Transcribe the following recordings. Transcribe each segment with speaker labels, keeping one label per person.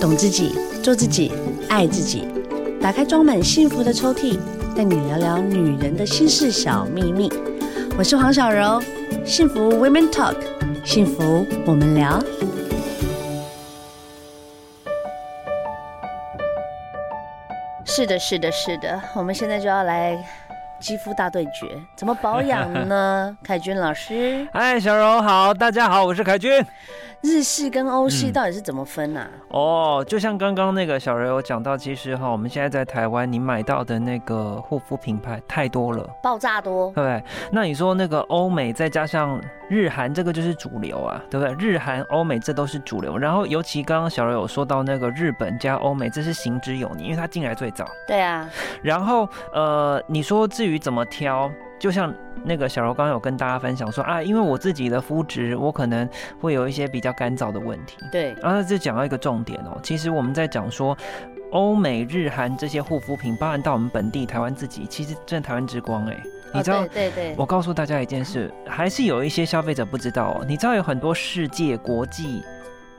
Speaker 1: 懂自己，做自己，爱自己。打开装满幸福的抽屉，带你聊聊女人的心事小秘密。我是黄小柔，幸福 Women Talk，幸福我们聊。是的，是的，是的，我们现在就要来肌肤大对决，怎么保养 呢？凯军老师，
Speaker 2: 嗨，哎小柔好，大家好，我是凯军。
Speaker 1: 日系跟欧系到底是怎么分啊？
Speaker 2: 哦，就像刚刚那个小柔有讲到，其实哈，我们现在在台湾，你买到的那个护肤品牌太多了，
Speaker 1: 爆炸多
Speaker 2: 对，不对？那你说那个欧美再加上日韩，这个就是主流啊，对不对？日韩、欧美这都是主流。然后尤其刚刚小柔有说到那个日本加欧美，这是行之有年，因为它进来最早。
Speaker 1: 对啊，
Speaker 2: 然后呃，你说至于怎么挑，就像那个小柔刚刚有跟大家分享说啊，因为我自己的肤质，我可能会有一些比较干燥的问题。
Speaker 1: 对，
Speaker 2: 然啊后这讲到一个重点哦，其实我们在讲说。欧美日韩这些护肤品，包含到我们本地台湾自己，其实真的台湾之光哎、你
Speaker 1: 哦
Speaker 2: 知道、
Speaker 1: 对对对，
Speaker 2: 我告诉大家一件事，还是有一些消费者不知道哦。你知道有很多世界国际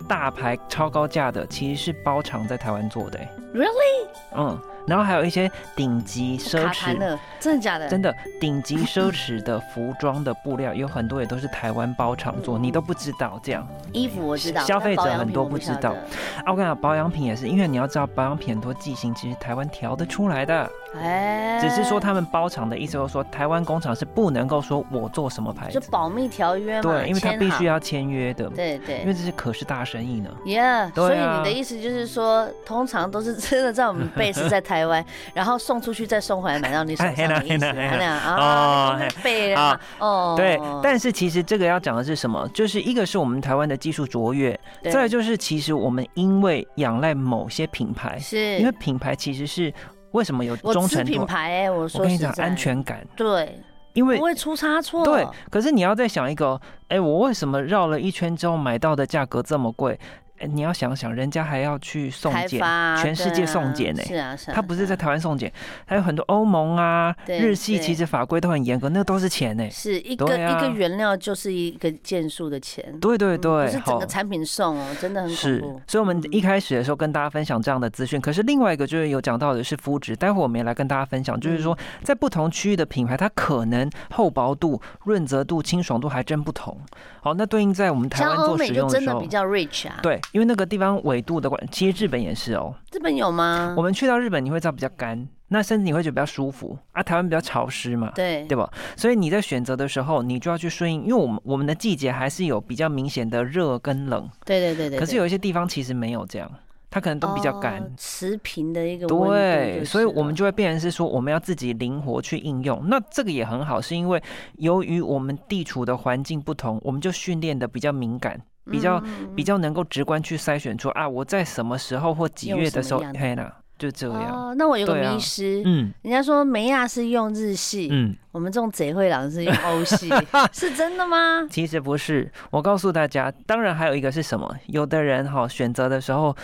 Speaker 2: 大牌超高价的，其实是包厂在台湾做的、欸。
Speaker 1: Really？
Speaker 2: 嗯，然后还有一些顶级奢
Speaker 1: 卡
Speaker 2: 侈
Speaker 1: 痰。了，真的假的？
Speaker 2: 真的，顶级奢侈的服装的布料有很多也都是台湾包厂做，你都不知道这样
Speaker 1: 衣服我知道，
Speaker 2: 消费者
Speaker 1: 但保养品
Speaker 2: 很多
Speaker 1: 我不
Speaker 2: 不知
Speaker 1: 晓
Speaker 2: 道
Speaker 1: 得。
Speaker 2: 啊！我跟你讲，保养品也是，因为你要知道保养品很多剂型其实台湾调得出来的，
Speaker 1: 哎，
Speaker 2: 只是说他们包厂的意思就是说台湾工厂是不能够说我做什么牌
Speaker 1: 就
Speaker 2: 子，
Speaker 1: 保密条约嘛，
Speaker 2: 对，因为他
Speaker 1: 签
Speaker 2: 必
Speaker 1: 好
Speaker 2: 须要签约的，
Speaker 1: 对
Speaker 2: 因为
Speaker 1: 对。
Speaker 2: 这是可是大生意呢。
Speaker 1: Yeah，、所以
Speaker 2: 对啊
Speaker 1: 你的意思就是说，通常都是真的在我们 base 在台湾，然后送出去再送回来买到你手上的意思，
Speaker 2: 嘿啦嘿啦嘿啦
Speaker 1: 那样
Speaker 2: 哦
Speaker 1: 啊，
Speaker 2: 嘿
Speaker 1: 背啊，哦，
Speaker 2: 对，但是其实这个要讲的是什么？就是一个是我们台湾的技术卓越，
Speaker 1: 对
Speaker 2: 再来就是其实我们因为仰赖某些品牌，
Speaker 1: 是
Speaker 2: 因为品牌其实是为什么有
Speaker 1: 我
Speaker 2: 忠
Speaker 1: 吃
Speaker 2: 诚
Speaker 1: 品
Speaker 2: 度？
Speaker 1: 牌哎、我
Speaker 2: 我
Speaker 1: 说
Speaker 2: 跟你
Speaker 1: 实
Speaker 2: 讲，
Speaker 1: 在
Speaker 2: 安，全感，
Speaker 1: 对，
Speaker 2: 因
Speaker 1: 不
Speaker 2: 为
Speaker 1: 会出差错，
Speaker 2: 对，可是你要再想一个哦，哎，我为什么绕了一圈之后买到的价格这么贵？哎，你要想想，人家还要去送
Speaker 1: 开
Speaker 2: 检
Speaker 1: 发，啊
Speaker 2: 全世
Speaker 1: 对
Speaker 2: 界
Speaker 1: 啊
Speaker 2: 送检呢
Speaker 1: 是啊是啊，
Speaker 2: 他不是
Speaker 1: 啊
Speaker 2: 在台湾送检，还有很多欧盟啊、
Speaker 1: 对
Speaker 2: 日系，
Speaker 1: 对
Speaker 2: 其实法规都很严格，那都是钱呢。
Speaker 1: 是一个、
Speaker 2: 对啊
Speaker 1: 一个原料就是一个件数的钱，
Speaker 2: 对对
Speaker 1: 嗯
Speaker 2: 对，
Speaker 1: 不是整
Speaker 2: 好
Speaker 1: 个产品送哦，真的很恐
Speaker 2: 是
Speaker 1: 怖，。
Speaker 2: 所以我们
Speaker 1: 嗯
Speaker 2: 一开始的时候跟大家分享这样的资讯，可是另外一个就是有讲到的是肤质，待会我们也来跟大家分享，就是
Speaker 1: 嗯
Speaker 2: 说在不同区域的品牌，它可能厚薄度、润泽度、清爽度还真不同。好，那对应在我们台
Speaker 1: 像
Speaker 2: 湾
Speaker 1: 欧
Speaker 2: 做
Speaker 1: 美
Speaker 2: 使
Speaker 1: 就
Speaker 2: 用
Speaker 1: 真
Speaker 2: 时
Speaker 1: 的
Speaker 2: 候
Speaker 1: 比。较 rich 啊，，
Speaker 2: 对，因为那个地方纬度的关，其实日本也是哦。
Speaker 1: 日本有吗
Speaker 2: 我？们去到日本，你会知道比较干，那甚至你会觉得比较舒服啊。台湾比较潮湿嘛，
Speaker 1: 对
Speaker 2: 对吧？所以你在选择的时候，你就要去顺应，因为我们我们的季节还是有比较明显的热跟冷。
Speaker 1: 对对对对，
Speaker 2: 可是有一些地方其实没有这样，它可能都比较干。
Speaker 1: 哦持平的一个温度
Speaker 2: 对，
Speaker 1: 就
Speaker 2: 所以
Speaker 1: 是
Speaker 2: 我们
Speaker 1: 了
Speaker 2: 就会变成是说，我们要自己灵活去应用。那这个也很好，是因为由于我们地处的环境不同，我们就训练的比较敏感，比较、
Speaker 1: 嗯
Speaker 2: 比较能够直观去筛选出啊，我在什么时候或几
Speaker 1: 用
Speaker 2: 月
Speaker 1: 什
Speaker 2: 的
Speaker 1: 么
Speaker 2: 时候
Speaker 1: 样，的
Speaker 2: 嘿啦，就这样。
Speaker 1: 哦，那我有个
Speaker 2: 对啊
Speaker 1: 迷失，
Speaker 2: 嗯
Speaker 1: 人家说梅亚是用日系，
Speaker 2: 嗯，
Speaker 1: 我们这种贼会郎是用欧 系，是真的吗？
Speaker 2: 其实不是，我告诉大家，当然还有一个是什么？有的人哈、选择的时候，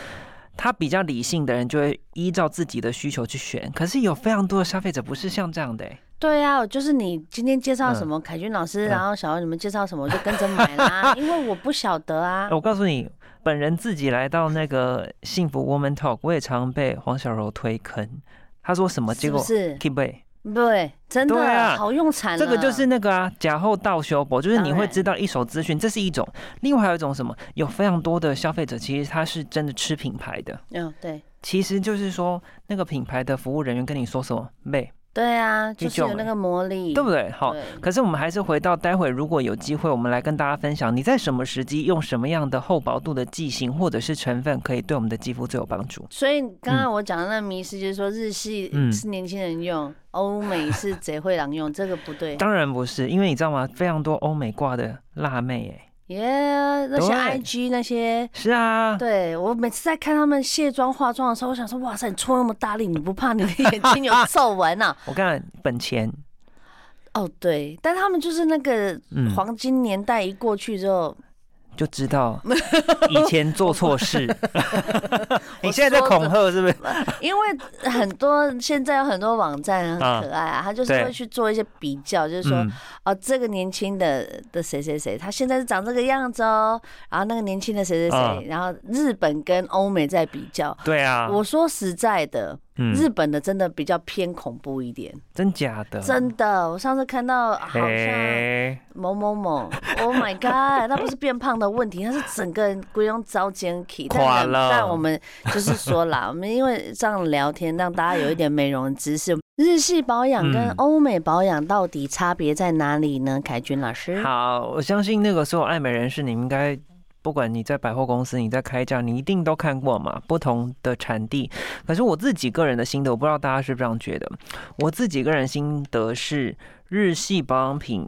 Speaker 2: 他比较理性的人就会依照自己的需求去选，可是有非常多的消费者不是像这样的、欸，
Speaker 1: 对啊，就是你今天介
Speaker 2: 嗯
Speaker 1: 绍什么，凯军老师，然后小欧你们介绍什么，我就跟着买 啦，因为我不晓得啊。
Speaker 2: 我告诉你，本人自己来到那个幸福 Woman Talk，我也常被黄小柔推坑。他说什么？结
Speaker 1: 是不
Speaker 2: 果
Speaker 1: 是？
Speaker 2: keep way，
Speaker 1: 对，真的、
Speaker 2: 对啊
Speaker 1: 好用惨了。
Speaker 2: 这个就是那个啊，假后到修补，就是你
Speaker 1: 当
Speaker 2: 会
Speaker 1: 然
Speaker 2: 知道一手资讯，这是一种。另外还有一种什么？有非常多的消费者其实他是真的吃品牌的，
Speaker 1: 嗯，对
Speaker 2: 其实就是说那个品牌的服务人员跟你说什么妹，
Speaker 1: 对啊，就是有
Speaker 2: 种
Speaker 1: 那个魔力，
Speaker 2: 对不对？
Speaker 1: 嗯
Speaker 2: 好。
Speaker 1: 对
Speaker 2: 可是我们还是回到待会，如果有机会，我们来跟大家分享你在什么时机用什么样的厚薄度的剂型或者是成分，可以对我们的肌肤最有帮助。
Speaker 1: 所以刚刚我讲的那迷失就是说，日系
Speaker 2: 嗯
Speaker 1: 是年轻人用，欧、美是贼会郎用，这个不对。
Speaker 2: 当然不是，因为你知道吗？非常多欧美挂的辣妹、哎，
Speaker 1: 耶、那些
Speaker 2: 对
Speaker 1: IG 那些，
Speaker 2: 是啊，
Speaker 1: 对我每次在看他们卸妆化妆的时候，我想说，哇塞，你搓那么大力，你不怕你的眼睛有皱纹啊？
Speaker 2: 我看本钱，
Speaker 1: 哦，对，但他们就是那个
Speaker 2: 嗯
Speaker 1: 黄金年代一过去之后，
Speaker 2: 就 知道以前做错事。你现在在恐吓是不是？
Speaker 1: 因为很多现在有很多网站很可爱啊，他就是
Speaker 2: 对
Speaker 1: 会去做一些比较，就是说
Speaker 2: 嗯，
Speaker 1: 哦，这个年轻的的谁谁谁，他现在是长这个样子哦，然后那个年轻的谁谁
Speaker 2: 啊
Speaker 1: 谁，然后日本跟欧美在比较。
Speaker 2: 对啊，
Speaker 1: 我说实在的，
Speaker 2: 嗯
Speaker 1: 日本的真的比较偏恐怖一点，
Speaker 2: 真假的，
Speaker 1: 真的。我上次看到好像
Speaker 2: 嗯嘿
Speaker 1: 某某某，Oh my God，那不是变胖的问题，他是整个人不用遭奸体。但
Speaker 2: 垮
Speaker 1: 人
Speaker 2: 了
Speaker 1: 但我们就是说 啦，我们因为这样聊天，让大家有一点美容知识。日系保养跟
Speaker 2: 嗯
Speaker 1: 欧美保养到底差别在哪里呢？凯君老师，
Speaker 2: 好，我相信那个所有爱美人士，你们应该。不管你在百货公司，你在开价，你一定都看过嘛，不同的产地。可是我自己个人的心得，我不知道大家是不是这样觉得。我自己个人心得是，日系保养品，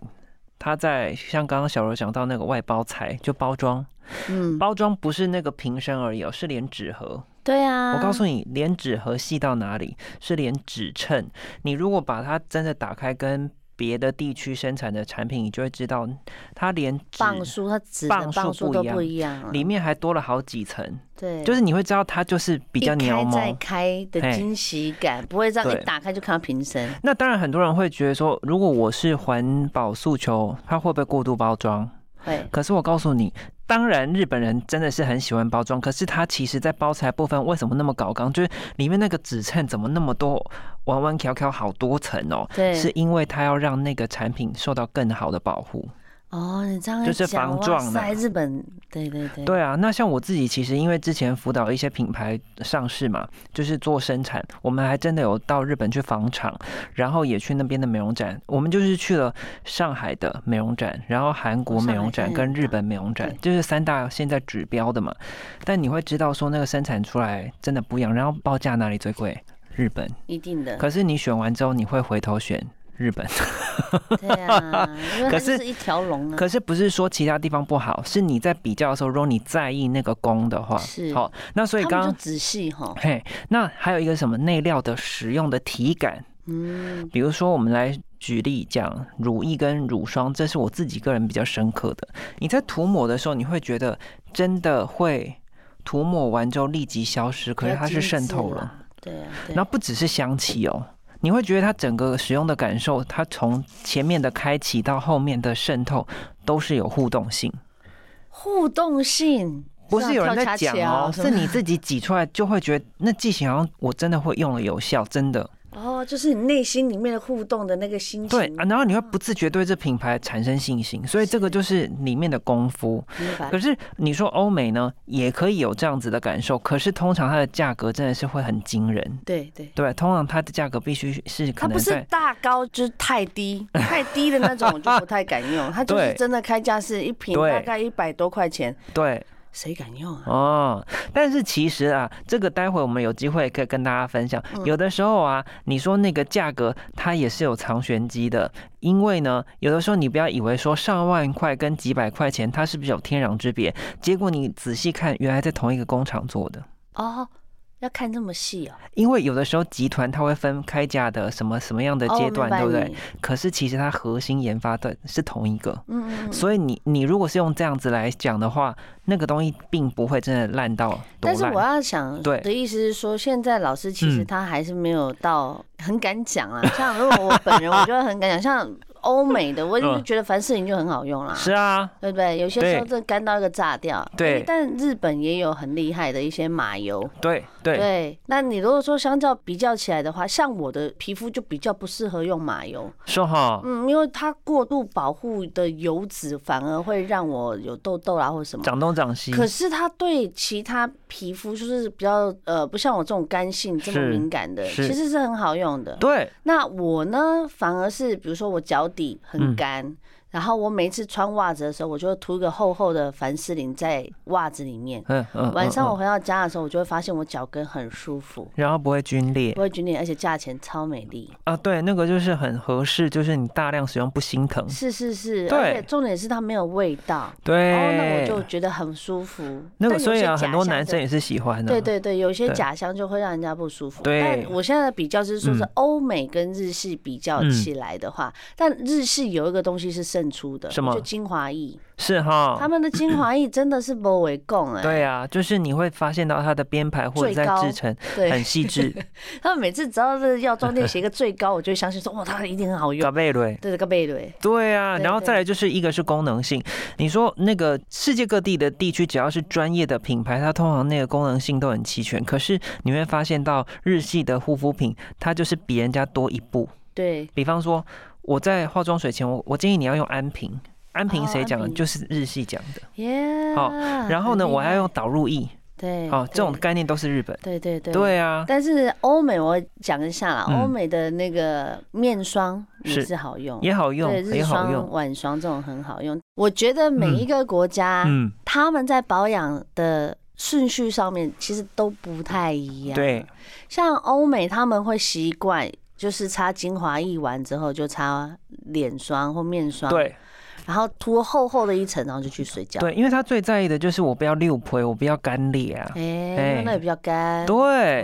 Speaker 2: 它在像刚刚小柔讲到那个外包材，就包装，
Speaker 1: 嗯，
Speaker 2: 包装不是那个瓶身而已哦，是连纸盒。
Speaker 1: 对啊，
Speaker 2: 我告诉你，连纸盒细到哪里是连纸称。你如果把它真的打开，跟别的地区生产的产品，你就会知道，它连纸
Speaker 1: 磅数，它指的
Speaker 2: 磅数
Speaker 1: 磅数
Speaker 2: 不
Speaker 1: 都
Speaker 2: 一样
Speaker 1: 不一样啊，
Speaker 2: 里面还多了好几层，
Speaker 1: 对，
Speaker 2: 就是你会知道它就是比
Speaker 1: 一
Speaker 2: 较
Speaker 1: 开
Speaker 2: 牛
Speaker 1: 再
Speaker 2: 毛。
Speaker 1: 开的
Speaker 2: 嘿
Speaker 1: 惊喜感，不会这样
Speaker 2: 对
Speaker 1: 一打开就看到瓶身，
Speaker 2: 那当然，很多人会觉得说，如果我是环保诉求，它会不会过度包装？
Speaker 1: 会
Speaker 2: 可是我告诉你，当然日本人真的是很喜欢包装，可是它其实在包材部分为什么那么搞刚？就是里面那个纸衬怎么那么多弯弯翘翘好多层哦？
Speaker 1: 对
Speaker 2: 是因为它要让那个产品受到更好的保护。
Speaker 1: 哦，你这样
Speaker 2: 就是
Speaker 1: 一讲
Speaker 2: 防
Speaker 1: 哇
Speaker 2: 撞的
Speaker 1: 塞，日本，对对对，
Speaker 2: 对啊，那像我自己其实因为之前辅导一些品牌上市嘛，就是做生产，我们还真的有到日本去访厂，然后也去那边的美容展，我们就是去了上海的美容展，然后韩国美容
Speaker 1: 哦
Speaker 2: 展
Speaker 1: 上海
Speaker 2: 跟日本美容展
Speaker 1: 对，
Speaker 2: 就是三大现在指标的嘛。但你会知道说那个生产出来真的不一样，然后报价哪里最贵？日本。
Speaker 1: 一定的，
Speaker 2: 可是你选完之后，你会回头选日本。
Speaker 1: 对啊，因为它就
Speaker 2: 可
Speaker 1: 是是一条龙啊。
Speaker 2: 可是不是说其他地方不好，是你在比较的时候，如果你在意那个工的话，
Speaker 1: 是
Speaker 2: 好。那所以
Speaker 1: 他
Speaker 2: 刚
Speaker 1: 们
Speaker 2: 刚
Speaker 1: 就仔细哈，
Speaker 2: 嘿，那还有一个什么内料的使用的体感，
Speaker 1: 嗯，
Speaker 2: 比如说我们来举例讲乳液跟乳霜，这是我自己个人比较深刻的。你在涂抹的时候，你会觉得真的会涂抹完之后立即消失，可是它是渗透了，
Speaker 1: 了，对啊，对
Speaker 2: 然后不只是香气哦。你会觉得它整个使用的感受，它从前面的开启到后面的渗透，都是有互动性。
Speaker 1: 互动性
Speaker 2: 不是有人在讲
Speaker 1: 是
Speaker 2: 哦，是
Speaker 1: 啊跳恰恰啊什么
Speaker 2: 你自己挤出来就会觉得那剂型好像我真的会用了有效，真的
Speaker 1: 哦，就是你内心里面的互动的那个心情，
Speaker 2: 对啊。然后你会不自觉对这品牌产生信心，所以这个就是里面的功夫。
Speaker 1: 明白
Speaker 2: 可是你说欧美呢，也可以有这样子的感受，可是通常它的价格真的是会很惊人。
Speaker 1: 对对。
Speaker 2: 对，通常它的价格必须是可
Speaker 1: 它
Speaker 2: 能
Speaker 1: 不是
Speaker 2: 在
Speaker 1: 大高，就是太 低，太低的那种我就不太敢用。它就是
Speaker 2: 对
Speaker 1: 真的开价是一瓶
Speaker 2: 对
Speaker 1: 大概一百多块钱，
Speaker 2: 对
Speaker 1: 谁敢用啊？
Speaker 2: 哦，但是其实啊，这个待会我们有机会可以跟大家分享。
Speaker 1: 嗯
Speaker 2: 有的时候啊，你说那个价格它也是有藏玄机的，因为呢，有的时候你不要以为说上万块跟几百块钱它是不是有天壤之别，结果你仔细看，原来在同一个工厂做的。
Speaker 1: 哦，要看这么细哦。
Speaker 2: 因为有的时候集团它会分开价的什么什么样的阶段，
Speaker 1: 哦
Speaker 2: 对不？
Speaker 1: 我明？
Speaker 2: 对
Speaker 1: 白你
Speaker 2: 可是其实它核心研发的是同一个，
Speaker 1: 嗯嗯嗯。
Speaker 2: 所以你你如果是用这样子来讲的话，那个东西并不会真的烂到多
Speaker 1: 但是
Speaker 2: 烂
Speaker 1: 我。要想
Speaker 2: 对
Speaker 1: 的意思是说，现在老师其实
Speaker 2: 嗯
Speaker 1: 他还是没有到很敢讲啊。 像如果我本人，我就会很敢讲。像欧美的，我就
Speaker 2: 嗯
Speaker 1: 觉得凡事情就很好用啦，
Speaker 2: 是啊，
Speaker 1: 对不对？有些时候
Speaker 2: 对
Speaker 1: 这干到一个炸掉。
Speaker 2: 对
Speaker 1: 但日本也有很厉害的一些马油。
Speaker 2: 对对
Speaker 1: 对，那你如果说相较比较起来的话，像我的皮肤就比较不适合用马油，
Speaker 2: 说哈，
Speaker 1: 嗯，因为它过度保护的油脂反而会让我有痘痘啊或者什么。
Speaker 2: 长东长西，
Speaker 1: 可是它对其他皮肤就是比较呃，不像我这种干性这么
Speaker 2: 是
Speaker 1: 敏感的，
Speaker 2: 是
Speaker 1: 其实是很好用的。
Speaker 2: 对，
Speaker 1: 那我呢，反而是比如说我脚底很
Speaker 2: 嗯
Speaker 1: 干，然后我每一次穿袜子的时候，我就会涂一个厚厚的凡士林在袜子里面。
Speaker 2: 嗯嗯，
Speaker 1: 晚上我
Speaker 2: 嗯
Speaker 1: 回到家的时候，我就会发现我脚跟很舒服，
Speaker 2: 然后不会皲裂
Speaker 1: 不会皲裂，而且价钱超美丽。
Speaker 2: 啊，对，那个就是很合适，就是你大量使用不心疼，
Speaker 1: 是是是，
Speaker 2: 嗯对
Speaker 1: 而且重点是它没有味道。
Speaker 2: 对，
Speaker 1: 哦，那我就觉得很舒服。但
Speaker 2: 那个
Speaker 1: 有
Speaker 2: 所以
Speaker 1: 些
Speaker 2: 啊，很
Speaker 1: 假
Speaker 2: 多
Speaker 1: 象
Speaker 2: 男
Speaker 1: 就
Speaker 2: 生也是喜欢的，啊
Speaker 1: 对对对，有一些
Speaker 2: 对
Speaker 1: 假香就会让人家不舒服。
Speaker 2: 对
Speaker 1: 但我现在的比较是说是
Speaker 2: 嗯
Speaker 1: 欧美跟日系比较起来的话，但日系有一个东西是胜出的，
Speaker 2: 什么
Speaker 1: 就精华液，
Speaker 2: 是哈，
Speaker 1: 他们的精华液真的是不为共哎，
Speaker 2: 对啊，就是你会发现到它的编排或者
Speaker 1: 最
Speaker 2: 在
Speaker 1: 高
Speaker 2: 制成很
Speaker 1: 对，
Speaker 2: 细致，
Speaker 1: 他们每次只要是药妆店写一个最高，我就会相信说，哇，它一定很好
Speaker 2: 搞
Speaker 1: 用，
Speaker 2: 贝瑞。
Speaker 1: 对这个贝瑞，
Speaker 2: 对啊，
Speaker 1: 对
Speaker 2: 然后
Speaker 1: 对
Speaker 2: 再来就是一个是功能性，你说那个世界各地的地区，只要是专业的品牌，它通常那个功能性都很齐全。可是你会发现到日系的护肤品，它就是比人家多一步。
Speaker 1: 对，
Speaker 2: 比方说我在化妆水前，我我建议你要用安瓶，安瓶
Speaker 1: 哦
Speaker 2: 谁讲的？
Speaker 1: 安瓶嗯
Speaker 2: 就是日系讲的。
Speaker 1: 耶，
Speaker 2: 好然后呢，
Speaker 1: 很厉
Speaker 2: 我还要
Speaker 1: 害
Speaker 2: 用导入液，
Speaker 1: 啊
Speaker 2: 哦
Speaker 1: 对，
Speaker 2: 好，这种
Speaker 1: 对
Speaker 2: 概念都是日本。
Speaker 1: 对对对。
Speaker 2: 对啊，
Speaker 1: 但是欧美我讲一下啦，
Speaker 2: 嗯
Speaker 1: 欧美的那个面霜也
Speaker 2: 是
Speaker 1: 是好用，
Speaker 2: 也好用
Speaker 1: 对，
Speaker 2: 也
Speaker 1: 日
Speaker 2: 好
Speaker 1: 霜、
Speaker 2: 用。
Speaker 1: 晚霜这种很好用。我觉得每一个国家，
Speaker 2: 嗯，
Speaker 1: 他们在保养的顺序上面其实都不太一样。
Speaker 2: 对，
Speaker 1: 像欧美他们会习惯。就是擦精华液完之后就擦脸霜或面霜，，
Speaker 2: 对
Speaker 1: 然后涂厚厚的一层，然后就去睡觉。
Speaker 2: 对，因为他最在意的就是我不要六婆，我不要干裂啊。
Speaker 1: 哎、因为那也比较干，纬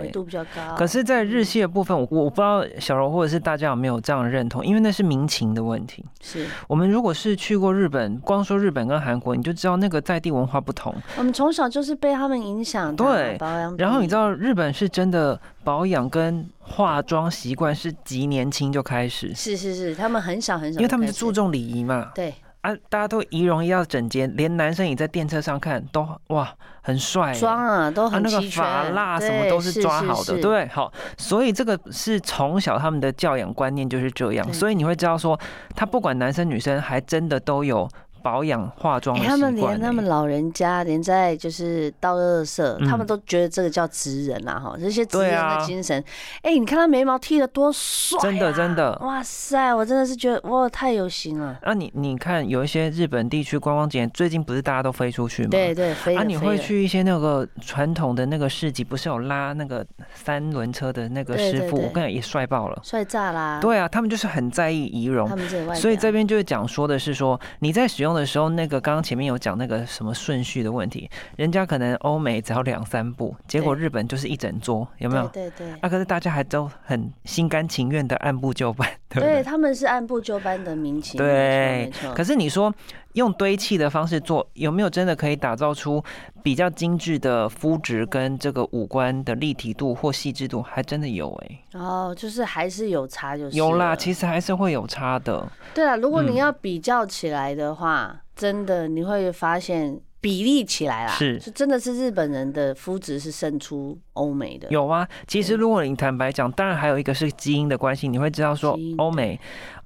Speaker 2: 对，
Speaker 1: 度比较高。
Speaker 2: 可是，在
Speaker 1: 嗯
Speaker 2: 日系的部分，我我不知道小柔或者是大家有没有这样的认同，因为那是民情的问题。
Speaker 1: 是
Speaker 2: 我们如果是去过日本，光说日本跟韩国，你就知道那个在地文化不同。
Speaker 1: 我们从小就是被他们影响的啊
Speaker 2: 对
Speaker 1: 保养品。
Speaker 2: 然后你知
Speaker 1: 嗯
Speaker 2: 道，日本是真的保养跟化妆习惯是极年轻就开始，
Speaker 1: 是是是，他们很小很小就开始，
Speaker 2: 因为他们注重礼仪嘛。
Speaker 1: 对
Speaker 2: 啊，大家都仪容要整洁，连男生也在电车上看都哇很帅欸、
Speaker 1: 妆啊都
Speaker 2: 啊，
Speaker 1: 很
Speaker 2: 那个
Speaker 1: 齐全，
Speaker 2: 发蜡什么
Speaker 1: 对
Speaker 2: 都是抓好
Speaker 1: 是
Speaker 2: 的，
Speaker 1: 是
Speaker 2: 对，好，所以这个是从小他们的教养观念就是这样，
Speaker 1: 对
Speaker 2: 所以你会知道说，他不管男生女生，还真的都有保养化妆
Speaker 1: 哎
Speaker 2: 的习
Speaker 1: 他
Speaker 2: 惯欸、
Speaker 1: 们连他们老人家连在就是倒垃圾，他们
Speaker 2: 嗯
Speaker 1: 都觉得这个叫职人啊，哈，这些职
Speaker 2: 对
Speaker 1: 人的
Speaker 2: 啊
Speaker 1: 精神。哎、你看他眉毛剃的多帅、啊，
Speaker 2: 真的真的
Speaker 1: 哇塞，我真的是觉得哇，太有型了。
Speaker 2: 那、啊你你看，有一些日本地区观光景点，最近不是大家都飞出去吗？
Speaker 1: 对。对，飞
Speaker 2: 啊，
Speaker 1: 了
Speaker 2: 你
Speaker 1: 飞
Speaker 2: 会
Speaker 1: 了
Speaker 2: 去一些那个传统的那个市集，不是有拉那个三轮车的那个
Speaker 1: 对
Speaker 2: 师
Speaker 1: 对
Speaker 2: 傅，我
Speaker 1: 对
Speaker 2: 跟你讲也帅爆了。
Speaker 1: 帅炸啦！，
Speaker 2: 对啊，他们就是很在意仪容
Speaker 1: 他，们这个外
Speaker 2: 所以
Speaker 1: 表
Speaker 2: 这边就是讲说的是说，你在使用的时候，那个刚刚前面有讲那个什么顺序的问题，人家可能欧美只要两三步，结果日本就是一整桌，有没有？
Speaker 1: 对对对。
Speaker 2: 啊，可是大家还都很心甘情愿的按部就班， 对不
Speaker 1: 对，
Speaker 2: 对？
Speaker 1: 他们是按部就班的民情，
Speaker 2: 对
Speaker 1: 没错，没错
Speaker 2: 可是你说用堆砌的方式做，有没有真的可以打造出比较精致的肤质跟这个五官的立体度或细致度？还真的有诶、
Speaker 1: 哦，就是还是有差，就是啊
Speaker 2: 有啦，
Speaker 1: 了
Speaker 2: 其实还是会有差的。
Speaker 1: 对啊，如果
Speaker 2: 嗯
Speaker 1: 你要比较起来的话，真的你会发现比例起来啦，
Speaker 2: 是
Speaker 1: 就真的是日本人的肤质是胜出欧美的，
Speaker 2: 有啊，其实
Speaker 1: 对
Speaker 2: 如果你坦白讲，当然还有一个是基因的关系，你会知道说
Speaker 1: 基因
Speaker 2: 欧美，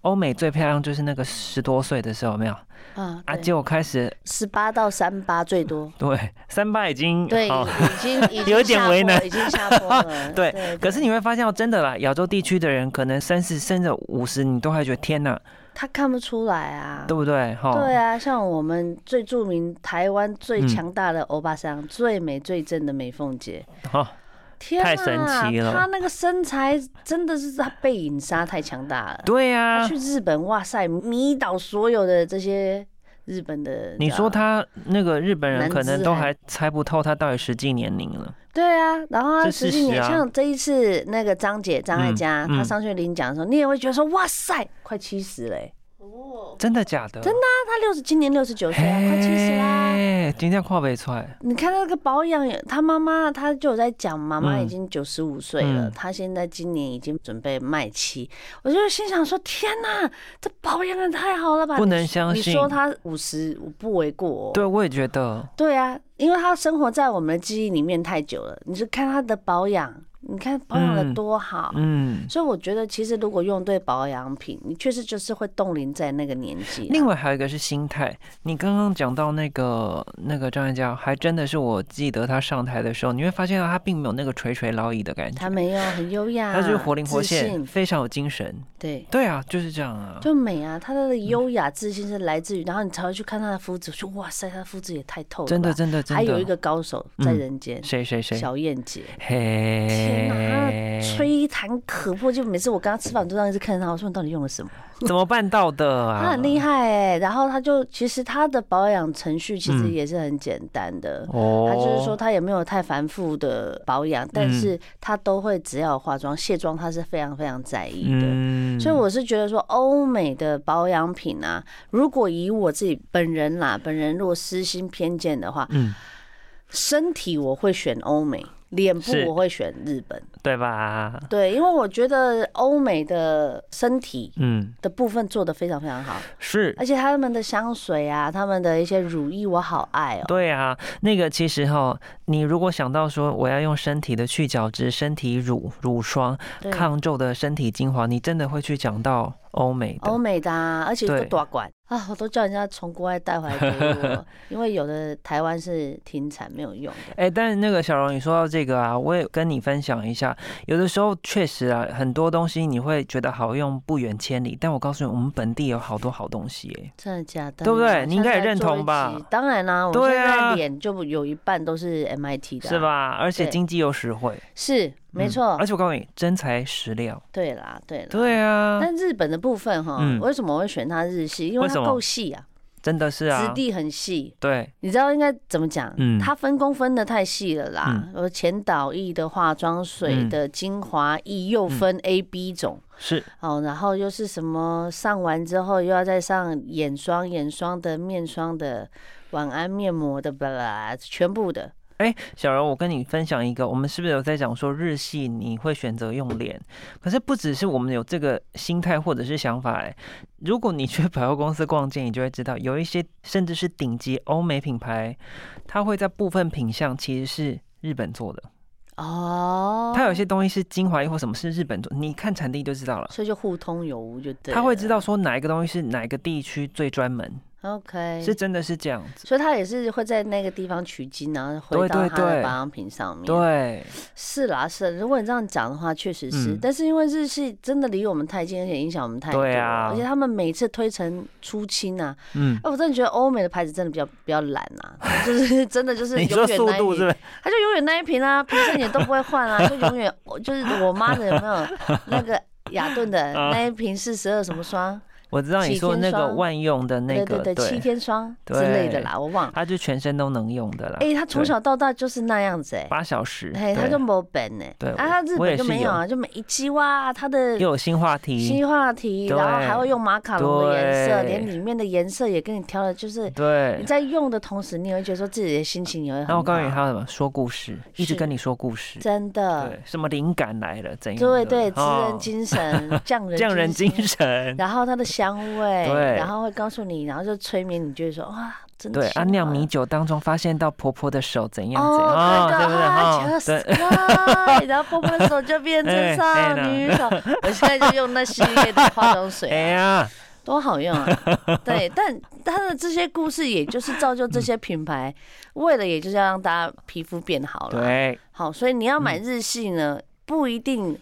Speaker 2: 欧美最漂亮就是那个十多岁的时候，有没有
Speaker 1: 啊
Speaker 2: 啊？结果开始
Speaker 1: 十八到三八最 多，
Speaker 2: 对三八已经
Speaker 1: 对，
Speaker 2: 哦
Speaker 1: 已经已经
Speaker 2: 有点
Speaker 1: 下坡
Speaker 2: 为难
Speaker 1: 已经下坡了，
Speaker 2: 对
Speaker 1: 对。
Speaker 2: 可是
Speaker 1: 对
Speaker 2: 你会发现，哦，真的啦，亚洲地区的人可能三十甚至五十，你都还觉得天哪，
Speaker 1: 他看不出来啊
Speaker 2: 对。不哦对？哈，
Speaker 1: 对啊，像我们最著名台湾最强大的欧巴桑、最美最正的美凤姐，
Speaker 2: 哈、
Speaker 1: 天啊，
Speaker 2: 太神奇了
Speaker 1: 她那个身材真的是她背影杀太强大了。
Speaker 2: 对啊
Speaker 1: 他
Speaker 2: 呀、
Speaker 1: 去日本，哇塞，迷倒所有的这些日本的。
Speaker 2: 你
Speaker 1: 知道
Speaker 2: 说
Speaker 1: 吗？
Speaker 2: 他那个日本人
Speaker 1: 男
Speaker 2: 可能
Speaker 1: 子
Speaker 2: 都
Speaker 1: 汉
Speaker 2: 还猜不透他到底实际年龄了，
Speaker 1: 对啊，然后他
Speaker 2: 这
Speaker 1: 实
Speaker 2: 事
Speaker 1: 际也
Speaker 2: 实啊
Speaker 1: 像这一次那个张姐张艾嘉，
Speaker 2: 嗯嗯
Speaker 1: 她上去领奖的时候，你也会觉得说，哇塞，快七十嘞！
Speaker 2: 真的假的？
Speaker 1: 真
Speaker 2: 的、
Speaker 1: 那她六十，今年六十九岁啊，
Speaker 2: 嘿，
Speaker 1: 快七十啦。
Speaker 2: 今天跨北出来，
Speaker 1: 你看那个保养，她妈妈她就有在讲，妈妈
Speaker 2: 嗯
Speaker 1: 已经九十五岁了，
Speaker 2: 嗯
Speaker 1: 她现在今年已经准备卖妻，我就心想说，天哪，这保养的太好了吧！
Speaker 2: 不
Speaker 1: 你
Speaker 2: 能相
Speaker 1: 你
Speaker 2: 信。
Speaker 1: 说她五十，我不为过哦。
Speaker 2: 对，我也觉得。
Speaker 1: 对啊，因为他生活在我们的记忆里面太久了。你是看他的保养，你看保养的
Speaker 2: 嗯
Speaker 1: 多好。
Speaker 2: 嗯，
Speaker 1: 所以我觉得，其实如果用对保养品，你确实就是会冻龄在那个年纪啊。
Speaker 2: 另外还有一个是心态。你刚刚讲到那个那个张艾嘉，还真的是我记得他上台的时候，你会发现到他并没有那个垂垂老矣的感觉
Speaker 1: 他，没有很优雅，
Speaker 2: 他就是活灵活
Speaker 1: 自
Speaker 2: 现，
Speaker 1: 信
Speaker 2: 非常有精神。
Speaker 1: 对，
Speaker 2: 对啊，就是这样啊。
Speaker 1: 就美啊。他的优雅自信是来自于，然后你才会去看他的肤质，说哇塞，他的肤质也太透了吧。
Speaker 2: 真的，真的，真的。嗯
Speaker 1: 还有一个高手在人间，
Speaker 2: 谁谁谁，
Speaker 1: 小燕姐。
Speaker 2: 嘿，哎
Speaker 1: 拿吹弹可破，就每次我跟他吃饭，我都让一直看着他，我说你到底用了什么？
Speaker 2: 怎么办到的啊？
Speaker 1: 他很厉害哎、然后他就其实他的保养程序其实也是很简单的。
Speaker 2: 嗯哦，嗯
Speaker 1: 他就是说，他也没有太繁复的保养，但是他都会只要有化妆、卸妆，他是非常非常在意的。
Speaker 2: 嗯
Speaker 1: 所以我是觉得说，欧美的保养品啊，如果以我自己本人啦，本人如果私心偏见的话，
Speaker 2: 嗯，
Speaker 1: 身体我会选欧美，脸部
Speaker 2: 是
Speaker 1: 我会选日本。
Speaker 2: 对吧？
Speaker 1: 对，因为我觉得欧美的身体
Speaker 2: 嗯，
Speaker 1: 的部分做得非常非常好，
Speaker 2: 是。
Speaker 1: 而且他们的香水啊，他们的一些乳液，我好爱哦、
Speaker 2: 对啊，那个其实哈，你如果想到说我要用身体的去角质、身体乳、乳霜、
Speaker 1: 对，
Speaker 2: 抗皱的身体精华，你真的会去讲到欧美的。
Speaker 1: 欧美的、啊，而且都
Speaker 2: 对
Speaker 1: 多管啊，我都叫人家从国外带回来给我，因为有的台湾是停产没有用的。
Speaker 2: 哎、但是那个小荣，你说到这个啊，我也跟你分享一下，有的时候确实啊，很多东西你会觉得好用不远千里，但我告诉你，我们本地有好多好东西耶、
Speaker 1: 真的假的？
Speaker 2: 对不对
Speaker 1: 我
Speaker 2: 你应该也
Speaker 1: 现在
Speaker 2: 认同吧
Speaker 1: 做一集？当然啦、我
Speaker 2: 对
Speaker 1: 现
Speaker 2: 啊
Speaker 1: 在脸就有一半都是 MIT 的、
Speaker 2: 是？吧？而且
Speaker 1: 啊对
Speaker 2: 经济又实惠，
Speaker 1: 是，没
Speaker 2: 嗯
Speaker 1: 错、
Speaker 2: 而且我告诉你，真材实料。
Speaker 1: 对啦，对啦。
Speaker 2: 对啊，
Speaker 1: 但日本的部分哈，
Speaker 2: 嗯
Speaker 1: 为什么我会选它日系？因为
Speaker 2: 为
Speaker 1: 它
Speaker 2: 什么
Speaker 1: 够细啊，
Speaker 2: 真的是
Speaker 1: 质
Speaker 2: 啊，
Speaker 1: 地很细。
Speaker 2: 对，
Speaker 1: 你知道应该怎么讲？
Speaker 2: 嗯
Speaker 1: 它分工分的太细了啦
Speaker 2: 嗯。
Speaker 1: 呃、前导液的化妆水
Speaker 2: 嗯
Speaker 1: 的精华液又分 A、B 种。
Speaker 2: 是
Speaker 1: 哦，然后又是什么？上完之后又要再上眼霜、眼霜的、面霜的、晚安面膜的，巴拉，全部的。
Speaker 2: 哎，小柔，我跟你分享一个，我们是不是有在讲说日系你会选择用脸？可是不只是我们有这个心态或者是想法，哎，如果你去百货公司逛街，你就会知道，有一些甚至是顶级欧美品牌，它会在部分品相其实是。日本做的，
Speaker 1: 哦，
Speaker 2: 它有些东西是精华液或什么是日本做，你看产地就知道了。
Speaker 1: 所以就互通有无就对了。啊
Speaker 2: 他会知道说哪一个东西是哪一个地区最专门，
Speaker 1: ，OK，
Speaker 2: 是真的是这样子。
Speaker 1: 所以他也是会在那个地方取经，然后回到
Speaker 2: 对对
Speaker 1: 他的
Speaker 2: 对
Speaker 1: 保养品上面。
Speaker 2: 对，
Speaker 1: 是啦，是啦。如果你这样讲的话，确实是。
Speaker 2: 嗯
Speaker 1: 但是因为日系真的离我们太近，而且影响我们太多，
Speaker 2: 对啊
Speaker 1: 而且他们每次推陈出新啊，
Speaker 2: 嗯，
Speaker 1: 哎、我真的觉得欧美的牌子真的比较比较懒啊，就是 真的就是
Speaker 2: 你
Speaker 1: 永
Speaker 2: 说
Speaker 1: 远
Speaker 2: 速
Speaker 1: 那一
Speaker 2: 度是不是？
Speaker 1: 他就永远那一瓶啊，瓶身也都不会换啊，就永远我就是我妈的有没有那个雅顿 的
Speaker 2: 啊
Speaker 1: 那一瓶四十二什么霜，
Speaker 2: 我知道你
Speaker 1: 启
Speaker 2: 说
Speaker 1: 天
Speaker 2: 那个
Speaker 1: 霜
Speaker 2: 万用的那个，啊
Speaker 1: 对对对，七天霜之类的啦，我忘了。
Speaker 2: 它就全身都能用的啦。
Speaker 1: 哎、他从小到大就是那样子哎、
Speaker 2: 八小时，
Speaker 1: 哎，他
Speaker 2: 对
Speaker 1: 就没本呢、
Speaker 2: 对
Speaker 1: 啊，他日
Speaker 2: 我也
Speaker 1: 本就是没有啊，就每一季哇，他的
Speaker 2: 又有新话题，
Speaker 1: 新话题，
Speaker 2: 对
Speaker 1: 然后还会用马卡龙的颜色，
Speaker 2: 对
Speaker 1: 连里面的颜色也跟你挑了，就是
Speaker 2: 对
Speaker 1: 你。在用的同时，你也会觉得说自己的心情也会很
Speaker 2: 然后
Speaker 1: 好。
Speaker 2: 我告诉你，还有什么说故事，一直
Speaker 1: 是
Speaker 2: 跟你说故事，
Speaker 1: 真的，
Speaker 2: 对，什么灵感来了，怎样
Speaker 1: 对
Speaker 2: 的？
Speaker 1: 对，知
Speaker 2: 哦
Speaker 1: 人精 神，匠人
Speaker 2: 匠人精。神，
Speaker 1: 然后它的香味，
Speaker 2: 对
Speaker 1: 然后会告诉你，然后就催眠你，就会说哇，真
Speaker 2: 对啊，
Speaker 1: 香
Speaker 2: 酿米酒当中发现到婆婆的手怎样怎样，
Speaker 1: 哦，
Speaker 2: 哦
Speaker 1: 那
Speaker 2: 对不
Speaker 1: 个啊
Speaker 2: 对？哦
Speaker 1: ，just
Speaker 2: 对，
Speaker 1: right，然后婆婆的手就变成
Speaker 2: 哎哎
Speaker 1: 少
Speaker 2: 呢
Speaker 1: 女手。我现在就用那系列的化妆水
Speaker 2: 哎
Speaker 1: 啊，
Speaker 2: 呀，
Speaker 1: 多好用啊！ 对，但它的这些故事，也就是造就
Speaker 2: 嗯
Speaker 1: 这些品牌，为了也就是要让大家皮肤变好了。
Speaker 2: 对，嗯
Speaker 1: 好，所以你要买日系呢，不一定。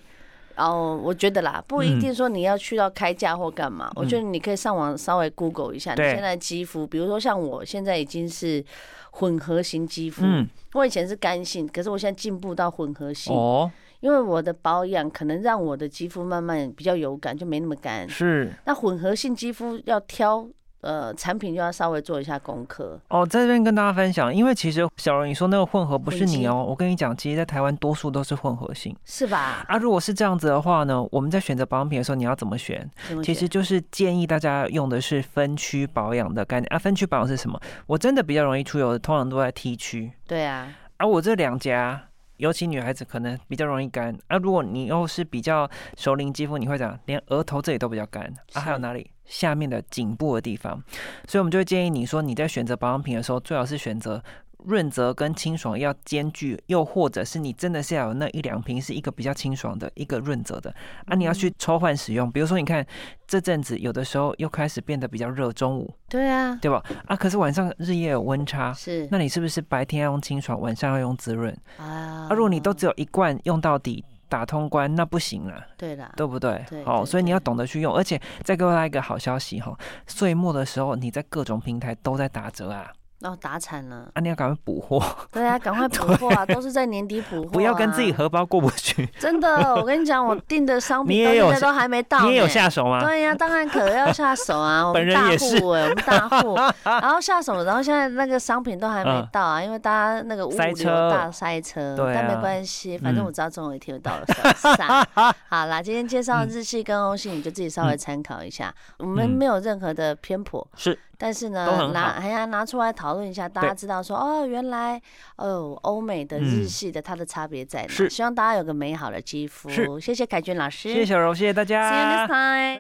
Speaker 1: 哦，我觉得啦，不一定说你要去到开价或干嘛，我觉得你可以上网稍微 Google 一下你
Speaker 2: 嗯对
Speaker 1: 现在肌肤，比如说像我现在已经是混合型肌肤，
Speaker 2: 嗯，
Speaker 1: 我以前是干性，可是我现在进步到混合性，
Speaker 2: 哦，
Speaker 1: 因为我的保养可能让我的肌肤慢慢比较有感，就没那么干。
Speaker 2: 是
Speaker 1: 那混合性肌肤要挑呃产品，就要稍微做一下功课。
Speaker 2: 哦，在这边跟大家分享，因为其实小荣你说那个混合不是
Speaker 1: 混
Speaker 2: 你
Speaker 1: 合
Speaker 2: 哦，我跟你讲，其实在台湾多数都是混合型
Speaker 1: 是 吧？
Speaker 2: 啊。如果是这样子的话呢，我们在选择保养品的时候，你要怎么选？
Speaker 1: 怎么
Speaker 2: 其
Speaker 1: 觉
Speaker 2: 实就是建议大家用的是分区保养的概念啊。分区保养是什么？我真的比较容易出油的，通常都在 T 区，
Speaker 1: 得对啊，
Speaker 2: 而、我这两家。尤其女孩子可能比较容易干啊，如果你又是比较熟龄肌肤，你会讲连额头这里都比较干啊，还有
Speaker 1: 是
Speaker 2: 哪里下面的颈部的地方，所以我们就会建议你说你在选择保养品的时候，最好是选择润泽跟清爽要兼具，又或者是你真的是要有那一两瓶是一个比较清爽的，一个润泽的啊，你要去抽换使用。比如说，你看这阵子有的时候又开始变得比较热，中午
Speaker 1: 对啊，
Speaker 2: 对吧？啊，可是晚上日夜有温差，
Speaker 1: 是
Speaker 2: 那你是不是白天要用清爽，晚上要用滋润？
Speaker 1: 啊
Speaker 2: 啊，如果你都只有一罐用到底。打通关那不行啦，
Speaker 1: 对 啦，
Speaker 2: 对不对
Speaker 1: 对？
Speaker 2: 好，
Speaker 1: 对
Speaker 2: 所以你
Speaker 1: 对
Speaker 2: 要懂得去用，而且再给大家一个好消息哈，岁末的时候你在各种平台都在打折啊，
Speaker 1: 哦，打惨了，
Speaker 2: 啊，你要赶快补货，
Speaker 1: 大家赶快补货 啊！都是在年底补货、啊，
Speaker 2: 不要跟自己荷包过不去。
Speaker 1: 真的，我跟你讲，我订的商
Speaker 2: 你
Speaker 1: 品
Speaker 2: 也
Speaker 1: 到
Speaker 2: 有
Speaker 1: 现在都还没到、呢
Speaker 2: 你也有下手吗？
Speaker 1: 对呀、当然可要下手啊！ 我
Speaker 2: 啊本
Speaker 1: 们
Speaker 2: 人
Speaker 1: 大
Speaker 2: 也是
Speaker 1: 户哎、我们大户， 然后下手，然后现在那个商品都还没
Speaker 2: 嗯
Speaker 1: 到啊，因为大家那个物
Speaker 2: 塞
Speaker 1: 流
Speaker 2: 车
Speaker 1: 大塞车，
Speaker 2: 对
Speaker 1: 但没
Speaker 2: 啊
Speaker 1: 关系，反正
Speaker 2: 嗯
Speaker 1: 我知道总有一天会到我手上。好啦，今天介绍的日系跟欧系，你就自己稍微参考一下，我们
Speaker 2: 嗯
Speaker 1: 没有任何的偏颇，
Speaker 2: 是
Speaker 1: 但是
Speaker 2: 都很
Speaker 1: 呢，
Speaker 2: 好
Speaker 1: 拿还要拿出来讨论一下，大家
Speaker 2: 对
Speaker 1: 知道说哦，原来哦，欧美的
Speaker 2: 嗯
Speaker 1: 日系的它的差别在哪？
Speaker 2: 是
Speaker 1: 希望大家有个美好的肌肤。
Speaker 2: 是
Speaker 1: 谢谢凯娟老师，
Speaker 2: 谢谢小柔，谢谢大
Speaker 1: See you next。
Speaker 2: 家
Speaker 1: time.